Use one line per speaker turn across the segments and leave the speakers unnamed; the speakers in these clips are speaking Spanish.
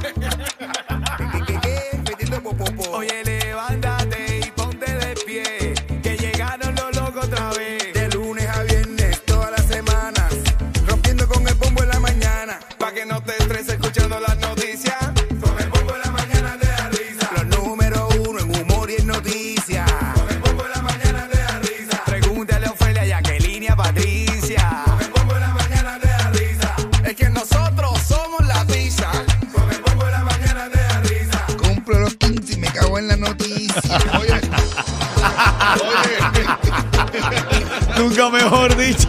¿Qué, qué, qué? Metiendo popopó. Oye, levántate y ponte de pie. Que llegaron los locos otra vez. De lunes a viernes, todas las semanas. Rompiendo con el bombo en la mañana. Pa' que no te estreses escuchando las noticias. Con el bombo en la mañana te da risa. Los número uno en humor y en noticias. Con el bombo en la mañana te da risa. Pregúntale a Ofelia, Jacqueline y a Patricia. Con el bombo en la mañana te da risa. Es que nosotros somos la risa. Con el bombo en la mañana te da risa.
Cumplo los 15 y me cago en la noticia. Oye,
Nunca mejor dicho.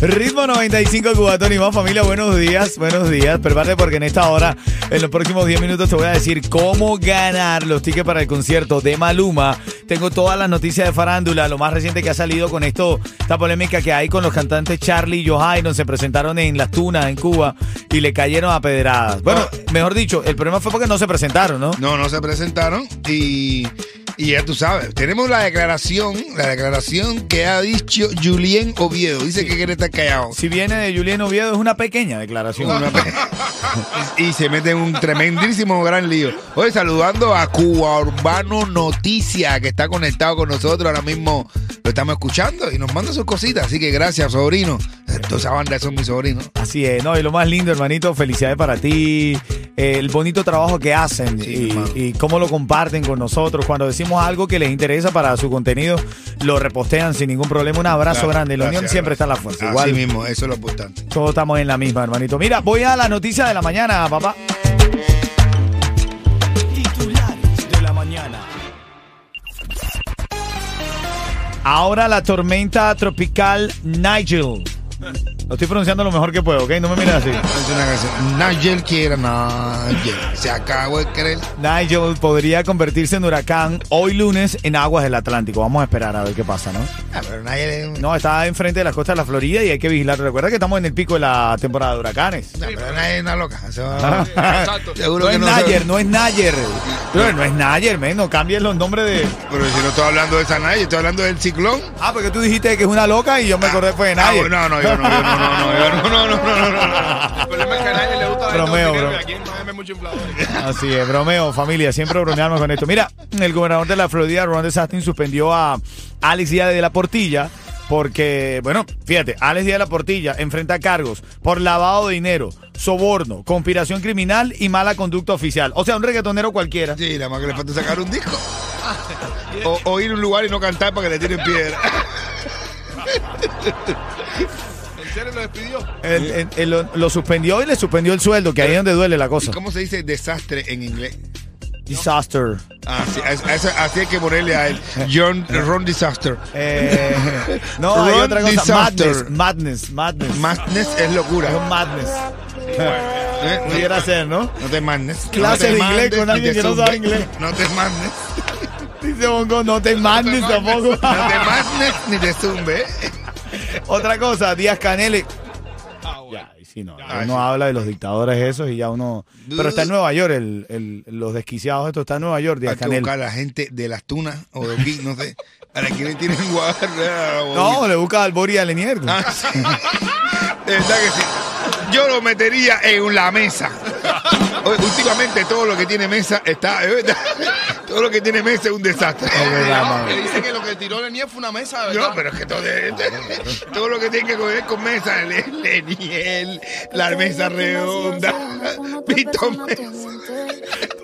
Ritmo 95 Cubatón y más familia, buenos días, buenos días. Prepárate porque en esta hora, en los próximos 10 minutos te voy a decir cómo ganar los tickets para el concierto de Maluma. Tengo todas las noticias de farándula, lo más reciente que ha salido con esto, esta polémica que hay con los cantantes Charlie y Johairon, se presentaron en Las Tunas, en Cuba, y le cayeron a pedradas. Bueno, mejor dicho, el problema fue porque no se presentaron, Ah. ¿no?
No, no se presentaron y, y ya tú sabes, tenemos la declaración, la declaración que ha dicho Julien Oviedo. Dice que quiere estar callado.
Si viene de Julián Oviedo, es una pequeña declaración.
Una pe- y, y se mete en un tremendísimo gran lío. Hoy saludando a Cuba Urbano Noticia, que está conectado con nosotros ahora mismo. Lo estamos escuchando y nos manda sus cositas. Así que gracias, sobrino. Toda esa banda son mis sobrinos.
Así es, no, y lo más lindo, hermanito, felicidades para ti, eh, el bonito trabajo que hacen
Sí, hermano.
y, y cómo lo comparten con nosotros. Cuando decimos algo que les interesa para su contenido, lo repostean sin ningún problema. Un abrazo
Claro,
grande, la
gracias,
unión siempre
gracias.
está en la fuerza.
Así
Igual,
mismo, eso es lo importante.
todos estamos en la misma, hermanito. Mira, voy a la noticia de la mañana, papá. Titulares de la mañana. Ahora la tormenta tropical Nigel. Lo estoy pronunciando lo mejor que puedo, ¿ok? No me mires así.
Es una canción. Nigel quiere Nigel. Se acabó de creer.
Nigel podría convertirse en huracán hoy lunes en aguas del Atlántico. Vamos a esperar a ver qué pasa, ¿no?
Ah, pero Nigel es un.
No, está enfrente de las costas de la Florida y hay que vigilar. Recuerda que estamos en el pico de la temporada de huracanes.
No, pero Nigel es una loca. Eso- Seguro
No
que
es
no.
Nayer, no es Nayer. Pero no es Nayer, men, no cambien los nombres de...
Pero si no estoy hablando de esa Nigel, estoy hablando del ciclón.
Ah, porque tú dijiste que es una loca y yo me acordé fue de
Ah,
Nayer.
no, no, yo no, yo no, no, no, yo no, no, no, no, no, no, no.
problema es que a nadie le gusta
Bromeo, bro.
aquí en Miami hay mucho inflador.
Así es, bromeo, familia, siempre bromeamos con esto. Mira, el gobernador de la Florida, Ron DeSantis, suspendió a Alex Díaz de la Portilla porque, bueno, fíjate, Alex Díaz de la Portilla enfrenta cargos por lavado de dinero, soborno, conspiración criminal y mala conducta oficial. O sea, un reggaetonero cualquiera.
Sí, nada más que le falta sacar un disco. O, o ir a un lugar y no cantar para que le tiren piedra.
¿En serio lo despidió?
Él- él- él lo, lo suspendió y le suspendió el sueldo, que ahí es donde duele la cosa.
¿Y cómo se dice desastre en inglés?
Disaster.
Ah, sí, a- a eso- así hay que ponerle a él. John Ron Disaster.
Eh, no, hay
Ron
otra cosa.
Disaster.
Madness, madness, madness.
Madness es locura.
Es un madness.
¿Eh? No-
Pudiera ser, ¿no?
No te mandes.
Clase
No te
de inglés
mandes,
con
ni
alguien
te
que no
subes.
sabe inglés.
No te mandes.
Dice Bongo, no te mandes tampoco.
No te mandes ni te zumbe.
Otra cosa, Díaz Canel. Ya, ahí sí, no.
Ya,
uno
Ah, sí.
habla de los dictadores esos y ya uno. Pero está en Nueva York, el, el- los desquiciados, esto está en Nueva York, Díaz
Hay que buscar a
Canel.
la gente de las tunas o de aquí, no sé. A la que le tienen guarda. o-
No, le busca al Boris y a Lenier.
Ah, sí. De verdad que sí. Yo lo metería en la mesa. Oye, Últimamente todo lo que tiene mesa está, de verdad, todo lo que tiene mesa es un desastre.
Es verdad, mano.
Dice que lo que tiró Lenier fue una mesa,
No, pero es que todo, todo lo que tiene que ver con mesa, el, el, el- Pues la mesa redonda, pito mesa.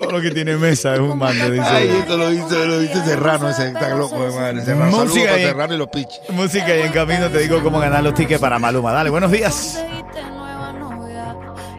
Todo lo que tiene mesa es un mando,
Ay,
dice.
esto lo hizo, lo hizo Serrano, ese está loco de madre. Serrano, saludos
Música
para
ahí.
Serrano y los piches.
Música y en camino te digo cómo ganar los tickets para Maluma. Dale, buenos días.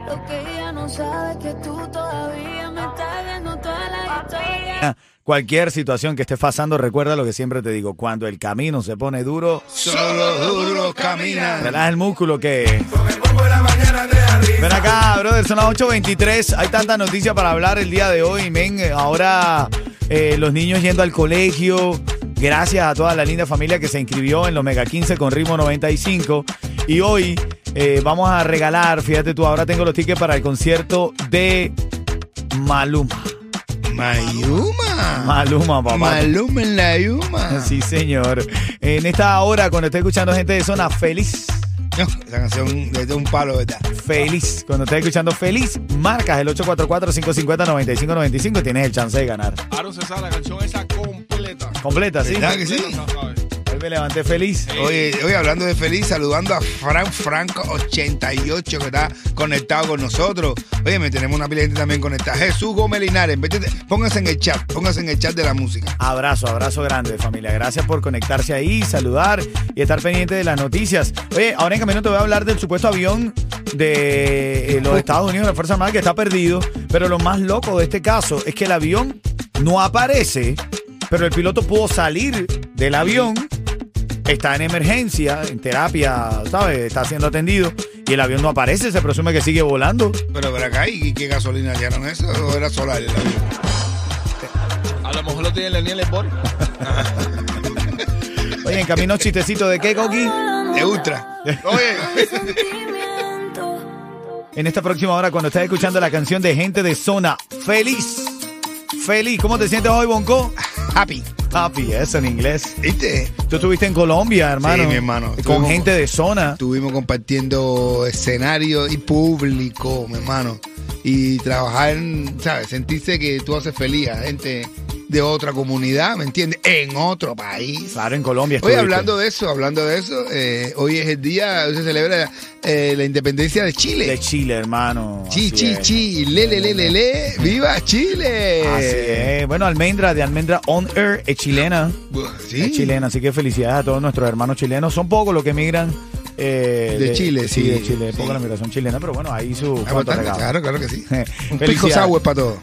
Lo que ella no sabe es que tú todavía me estás viendo toda la historia.
Ah, Cualquier situación que estés pasando, recuerda lo que siempre te digo. Cuando el camino se pone duro,
Solo duros caminan.
relaja el músculo que.
Con el bombo de la mañana te da risa.
Ven acá, brother, son las 8.23. Hay tanta noticia para hablar el día de hoy, men. Ahora eh, los niños yendo al colegio. Gracias a toda la linda familia que se inscribió en los Mega 15 con Ritmo 95. Y hoy eh, vamos a regalar, fíjate tú, ahora tengo los tickets para el concierto de Maluma.
Mayuma.
Maluma, papá.
Maluma en la Yuma.
Sí, señor. En esta hora, cuando estoy escuchando gente de zona feliz,
No, esa canción es de un palo, ¿verdad?
feliz. Cuando estoy escuchando feliz, marcas el 844-550-9595 tienes el chance de ganar.
Aaron César, la canción esa completa.
Completa, ¿sí?
¿Verdad que sí?
Ya sabes.
Hoy me levanté feliz.
Oye, hoy hablando de feliz, saludando a Fran Franco 88 que está conectado con nosotros. Oye, me tenemos una pila de gente también conectada. Jesús Gómez Linares, vete- póngase en el chat, póngase en el chat de la música.
Abrazo, abrazo grande, familia. Gracias por conectarse ahí, saludar y estar pendiente de las noticias. Oye, ahora en camino te voy a hablar del supuesto avión de eh, los Estados Unidos, la Fuerza Armada, que está perdido. Pero lo más loco de este caso es que el avión no aparece, pero el piloto pudo salir del avión, está en emergencia, en terapia, ¿sabes? Está siendo atendido y el avión no aparece, se presume que sigue volando.
Pero por acá, ¿y qué gasolina echaron eso? ¿O era solar el avión?
A lo mejor lo tiene Leniel Esbor.
Oye, en camino chistecito de qué, Coqui.
De Ultra. Oye,
En esta próxima hora, cuando estés escuchando la canción de Gente de Zona, feliz. Feliz. ¿Cómo te sientes hoy, Bonco?
happy.
Happy, eso en inglés.
¿Viste?
Tú estuviste en Colombia, hermano.
Sí, mi hermano.
Con
Estuvimos-
gente de zona.
Estuvimos compartiendo escenario y público, mi hermano. Y trabajar, ¿sabes? Sentirse que tú haces feliz a gente de otra comunidad, ¿me entiendes? En otro país.
Claro, en Colombia.
Hoy
estuviste.
hablando de eso, hablando de eso, eh, hoy es el día, hoy se celebra eh, la independencia de Chile.
de Chile, hermano.
chi,
Así
chi,
es.
chi, le, le, le, le, le, viva Chile.
Así es. Bueno, Almendra de Almendra On Air es chilena.
Bu- Sí.
Es chilena, así que felicidades a todos nuestros hermanos chilenos. Son pocos los que emigran. eh,
De Chile, sí,
de Chile.
sí.
Poca la migración chilena, pero bueno, ahí su.
Ah,
cuanto
bastante,
regalo.
claro, claro que sí. Un pico
Felicidades.
sour para todos.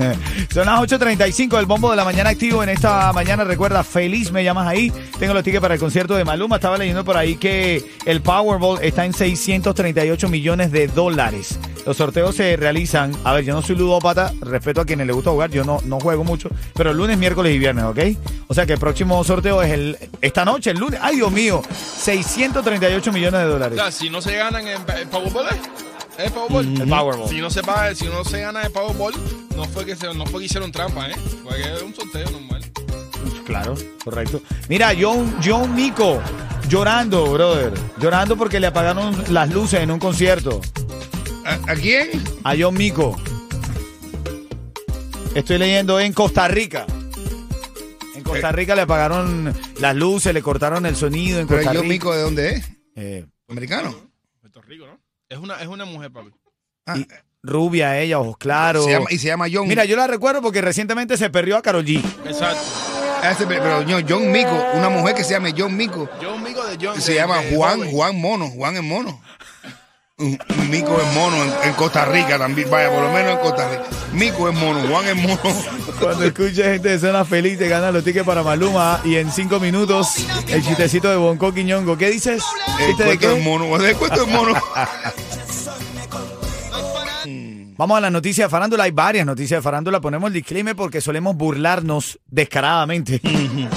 Son las 8.35 del bombo de la mañana activo. En esta mañana, recuerda, feliz me llamas ahí. Tengo los tickets para el concierto de Maluma. Estaba leyendo por ahí que el Powerball está en 638 millones de dólares. Los sorteos se realizan. A ver, yo no soy ludópata, respeto a quienes les gusta jugar, yo no, no juego mucho, pero lunes, miércoles y viernes, ¿ok? O sea que el próximo sorteo es el esta noche, el lunes. ¡Ay, Dios mío! 638 millones de
O
dólares.
sea, si no se ganan en pa- en Powerball, ¿eh? ¿Es Powerball?
El Powerball.
Si no se paga, si no se gana el Powerball, no fue que se, no fue que hicieron trampa, ¿eh? Fue que era un sorteo normal.
Claro, correcto. Mira, John, John Nico llorando, brother. Llorando porque le apagaron las luces en un concierto
¿A, a quién?
a John Mico. Estoy leyendo en Costa Rica. En
Eh.
Costa Rica le apagaron las luces, le cortaron el sonido en
Pero
Costa
yo,
Rica.
Mico, ¿de dónde es?
Eh,
¿Americano?
Puerto Rico, ¿no? Es una, es una mujer, papi.
Ah,
y rubia ella, ojos claros.
se llama- y se llama John.
Mira, yo la recuerdo porque recientemente se perdió a Karol G.
Exacto.
Ah, ese, pero, pero, no, John Mico, una mujer que se llama John Mico,
Yo amigo de John.
se
de-
llama
de
Juan,
Bowie.
Juan Mono, Juan el Mono. Un- un Mico es mono en, en Costa Rica también, vaya, por lo menos en Costa Rica. Mico es mono, Juan es mono.
Cuando escuches gente de zona feliz, te ganan los tickets para Maluma. Y en cinco minutos, el chistecito de Bonco Quiñongo. ¿Qué dices?
El
¿Chiste de
cuento del
qué?
mono, el cuento del mono.
Vamos a las noticias de farándula. Hay varias noticias de farándula. Ponemos el disclaimer porque solemos burlarnos descaradamente.
Mm.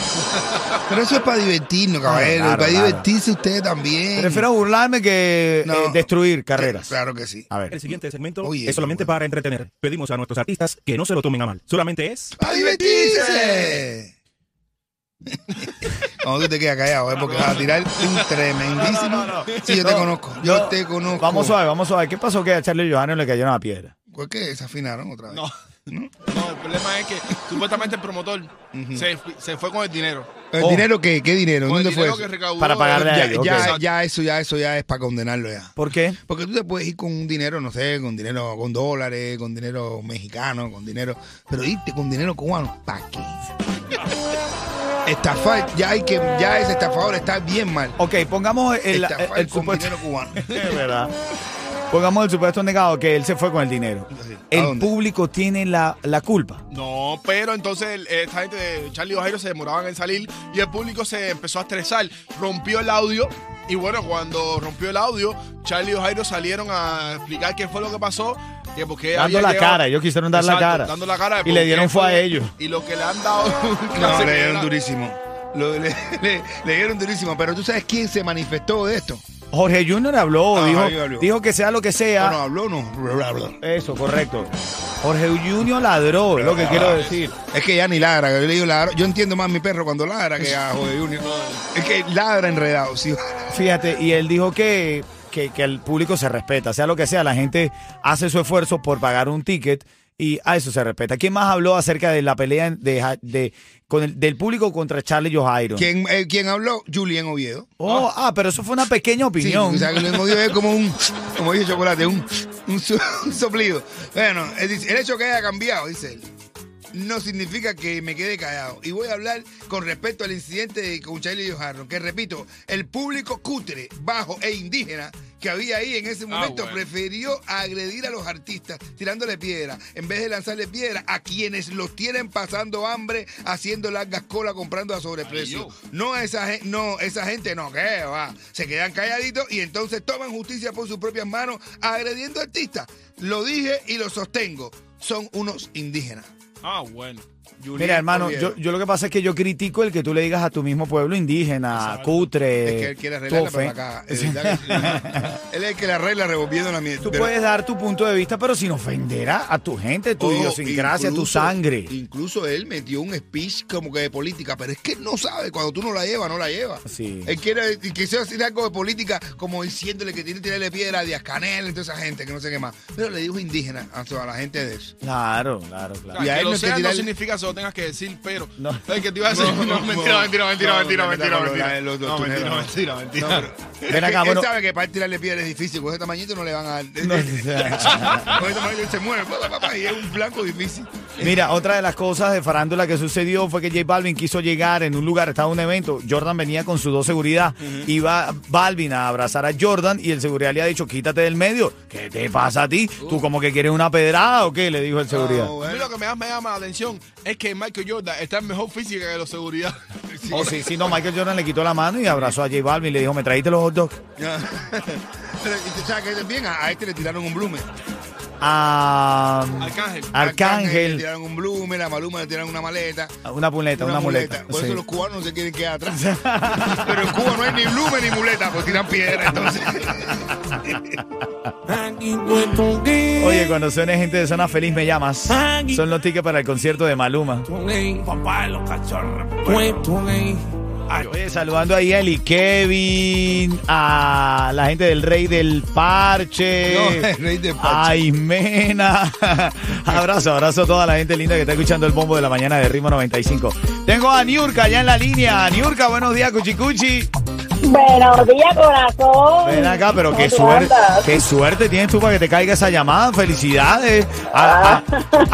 Pero eso es para divertirnos, caballero,
Claro,
para
claro.
divertirse ustedes también.
Prefiero burlarme que
No. Eh,
eh, destruir carreras.
Claro que sí.
A ver.
El siguiente segmento
Oye,
es solamente para entretener. Pedimos a nuestros artistas que no se lo tomen a mal. Solamente es...
¡A divertirse! No, tú te quedas callado, ¿eh? porque vas a tirar un tremendísimo. Sí, yo te
No,
conozco. Yo
no.
te conozco.
Vamos a ver, vamos a ver. ¿Qué pasó que a Charlie Giovanni le cayeron a piedra?
¿Por qué desafinaron otra vez?
No. No, el problema es que supuestamente el promotor se, fu- se fue con el dinero.
¿El
Oh.
dinero qué? ¿Qué dinero?
Con el
¿Dónde fue
dinero
eso?
que recaudó.
Para pagarle a
Ya,
ellos,
ya,
ok.
ya eso, ya eso, ya es para condenarlo ya.
¿Por qué?
Porque tú te puedes ir con un dinero, no sé, con dinero, con dólares, con dinero mexicano, con dinero, pero irte con dinero cubano, ¿para qué? Estafar, ya hay que, ya ese estafador está bien mal.
Ok, pongamos el,
Estafar
el
con
supuesto.
dinero cubano.
Es verdad. Pongamos el supuesto negado que él se fue con el dinero. El
dónde?
público tiene la, la culpa.
No, pero entonces el- esta gente de Charlie Ojairo se demoraban en salir y el público se empezó a estresar. Rompió el audio y bueno, cuando rompió el audio, Charlie Ojairo salieron a explicar qué fue lo que pasó. Que porque
Dando
había
la
llegado-
cara, ellos quisieron dar la
Exacto,
cara.
Dando la cara. de
Y
por
le
qué
dieron fue a ellos.
Y lo que le han dado.
No,
clase
le
que
dieron
era-
durísimo. Lo- le, le- le dieron durísimo. Pero tú sabes quién se manifestó de esto.
Jorge Junior habló,
Ah, ahí
dijo,
habló.
dijo que sea lo que sea.
No, no habló, no.
Eso, correcto. Jorge Junior ladró, es lo
Ah,
que quiero decir.
Es que ya ni ladra. Yo, le digo ladra. yo entiendo más a mi perro cuando ladra que a Jode Junior. Es que ladra enredado. sí.
Fíjate, y él dijo que, que, que el público se respeta, sea lo que sea, la gente hace su esfuerzo por pagar un ticket y a eso se respeta. ¿Quién más habló acerca de la pelea de, Ja- de- con el- del público contra Charlie Johairo?
¿Quién, eh, quién habló? Julián Oviedo.
Oh, ah, pero eso fue una pequeña
Sí,
opinión.
o sea, Julián Oviedo es como un, como dice Chocolate, un, un, so- un soplido. Bueno, él dice, el hecho que haya cambiado, dice él, no significa que me quede callado. Y voy a hablar con respecto al incidente de con Charlie O'Harron, que repito, el público cutre, bajo e indígena que había ahí en ese momento
bueno.
prefirió agredir a los artistas tirándole piedra en vez de lanzarle piedra a quienes los tienen pasando hambre, haciendo largas colas, comprando a sobreprecio. este No esa gente, no, esa gente no, que va. Se quedan calladitos y entonces toman justicia por sus propias manos agrediendo a artistas. Lo dije y lo sostengo. Son unos indígenas.
Ah, bueno.
Mira, hermano, yo,
Oviedo.
yo lo que pasa es que yo critico el que tú le digas a tu mismo pueblo indígena, cutre.
Es que él quiere arreglarla
tofe.
para acá. Es verdad que- él es el que la arregla revolviendo la mierda.
Tú puedes dar tu punto de vista, pero sin ofender a, a tu gente, tu idiosincrasia, tu sangre.
Oh, Incluso él metió un speech como que de política, pero es que él no sabe, cuando tú no la llevas, no la llevas.
Sí.
Él quiere, y quiso decir algo de política, como diciéndole que tiene que tirarle piedra a Díaz Canel, y toda esa gente, que no sé qué más. Pero le dijo indígena a toda la gente de eso.
Claro, claro, claro.
O sea,
Y a
que
él
lo
no hay que
sea no
tirar-
significa que se lo tengas que decir, pero.
No.
Es que te iba a decir. Ah, No, mentira, mentira, mentira,
no,
mentira,
no,
mentira,
no,
mentira.
los- los
No, mentira,
tuneros, no.
mentira, mentira.
No, pero-
Ven
Es que
acá,
él
bueno.
sabe que para él tirarle piedra es difícil, con ese tamañito no le van a dar.
No, o sea.
con ese tamañito él se mueve, papá, papá, y es un blanco difícil.
Mira, otra de las cosas de farándula que sucedió fue que J Balvin quiso llegar en un lugar, estaba en un evento, Jordan venía con su dos seguridad, iba Balvin a abrazar a Jordan y el seguridad le ha dicho, quítate del medio, ¿qué te pasa a ti? ¿Tú como que quieres una pedrada o qué? Le dijo el seguridad.
No,
A mí
bueno.
lo que me más me llama la atención es que Michael Jordan está en mejor física que los seguridad.
Oh, sí, sí, no, Michael Jordan le quitó la mano y abrazó a J Balvin y le dijo, ¿me trajiste los hot dogs?
Pero, y tú sabes que también a, a este le tiraron un blumen.
A
Arcángel.
Le
Arcángel,
tiraron un blumen, a Maluma le tiraron una maleta.
una puleta, una, muleta.
Por
sí.
eso los cubanos no se quieren quedar atrás. Pero en Cuba no hay ni blumen ni muleta, pues tiran piedra entonces.
Oye, cuando suene gente de zona feliz me llamas. Son los tickets para el concierto de Maluma. Pues, Oye, saludando ahí a Eli Kevin, a la gente del Rey del Parche.
No, el Rey del Parche.
A Ismena. abrazo, abrazo a toda la gente linda que está escuchando el bombo de la mañana de Ritmo 95. Tengo a Niurka ya en la línea. Niurka, buenos días, Cuchicuchi.
Buenos días, corazón.
Ven acá, pero
¿Cómo
qué
tú
suerte,
andas?
qué suerte tienes tú para que te caiga esa llamada. Felicidades. A- a-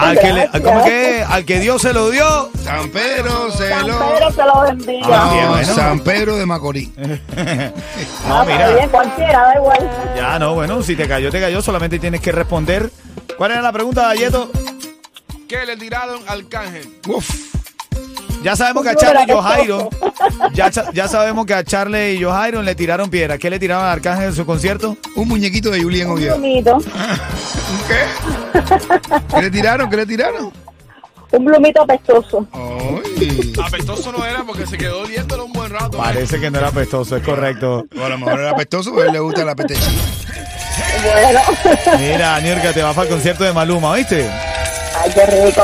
al, que le-
Ah, gracias.
¿cómo que? al que Dios se lo dio.
San Pedro se
San
lo.
Pedro te lo bendiga.
Ah,
Bien, bueno.
San Pedro de Macorís.
No,
Ah, pero bien,
mira.
cualquiera, da igual.
Ya, no, bueno, si te cayó, te cayó. Solamente tienes que responder. ¿Cuál era la pregunta, Yeto?
¿Qué le tiraron a Arcángel?
Uf.
Ya sabemos que a
Número
Charlie y
de
Johairo, ya, cha- ya sabemos que a Charlie y Johairo le tiraron piedra. ¿Qué le tiraron a Arcángel en su concierto?
Un muñequito de Julián
Un
Oviedo.
plumito.
¿Qué? ¿Qué le tiraron? ¿Qué le tiraron?
Un plumito pestoso.
Ay.
Apestoso no era porque se quedó viéndolo un buen rato.
Parece que no era apestoso, es correcto.
O a lo mejor era apestoso, pero a él le gusta la petechina.
Bueno,
Mira, Niurka, te vas para el concierto de Maluma, ¿viste?
ay, qué rico.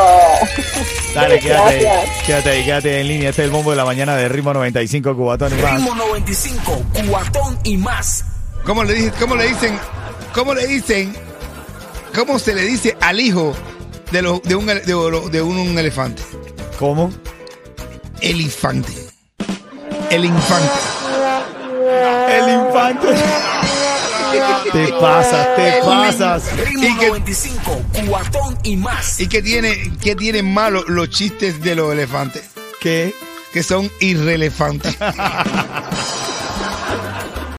Dale, quédate, ahí,
Gracias.
quédate ahí, quédate en línea. Este es el bombo de la mañana de Ritmo 95 Cubatón y más.
Ritmo 95, cuatón y más.
¿Cómo le, dije- ¿Cómo le dicen? ¿Cómo le dicen? ¿Cómo se le dice al hijo de, los- de, un, ele- de, lo- de un, un elefante?
¿Cómo?
El infante. El infante.
El infante. te pasas, te pasas.
Y
Ritmo
que-
95, cuatón y más.
¿Y qué tiene, qué tienen malo los chistes de los elefantes?
¿Qué?
Que son irrelefantes.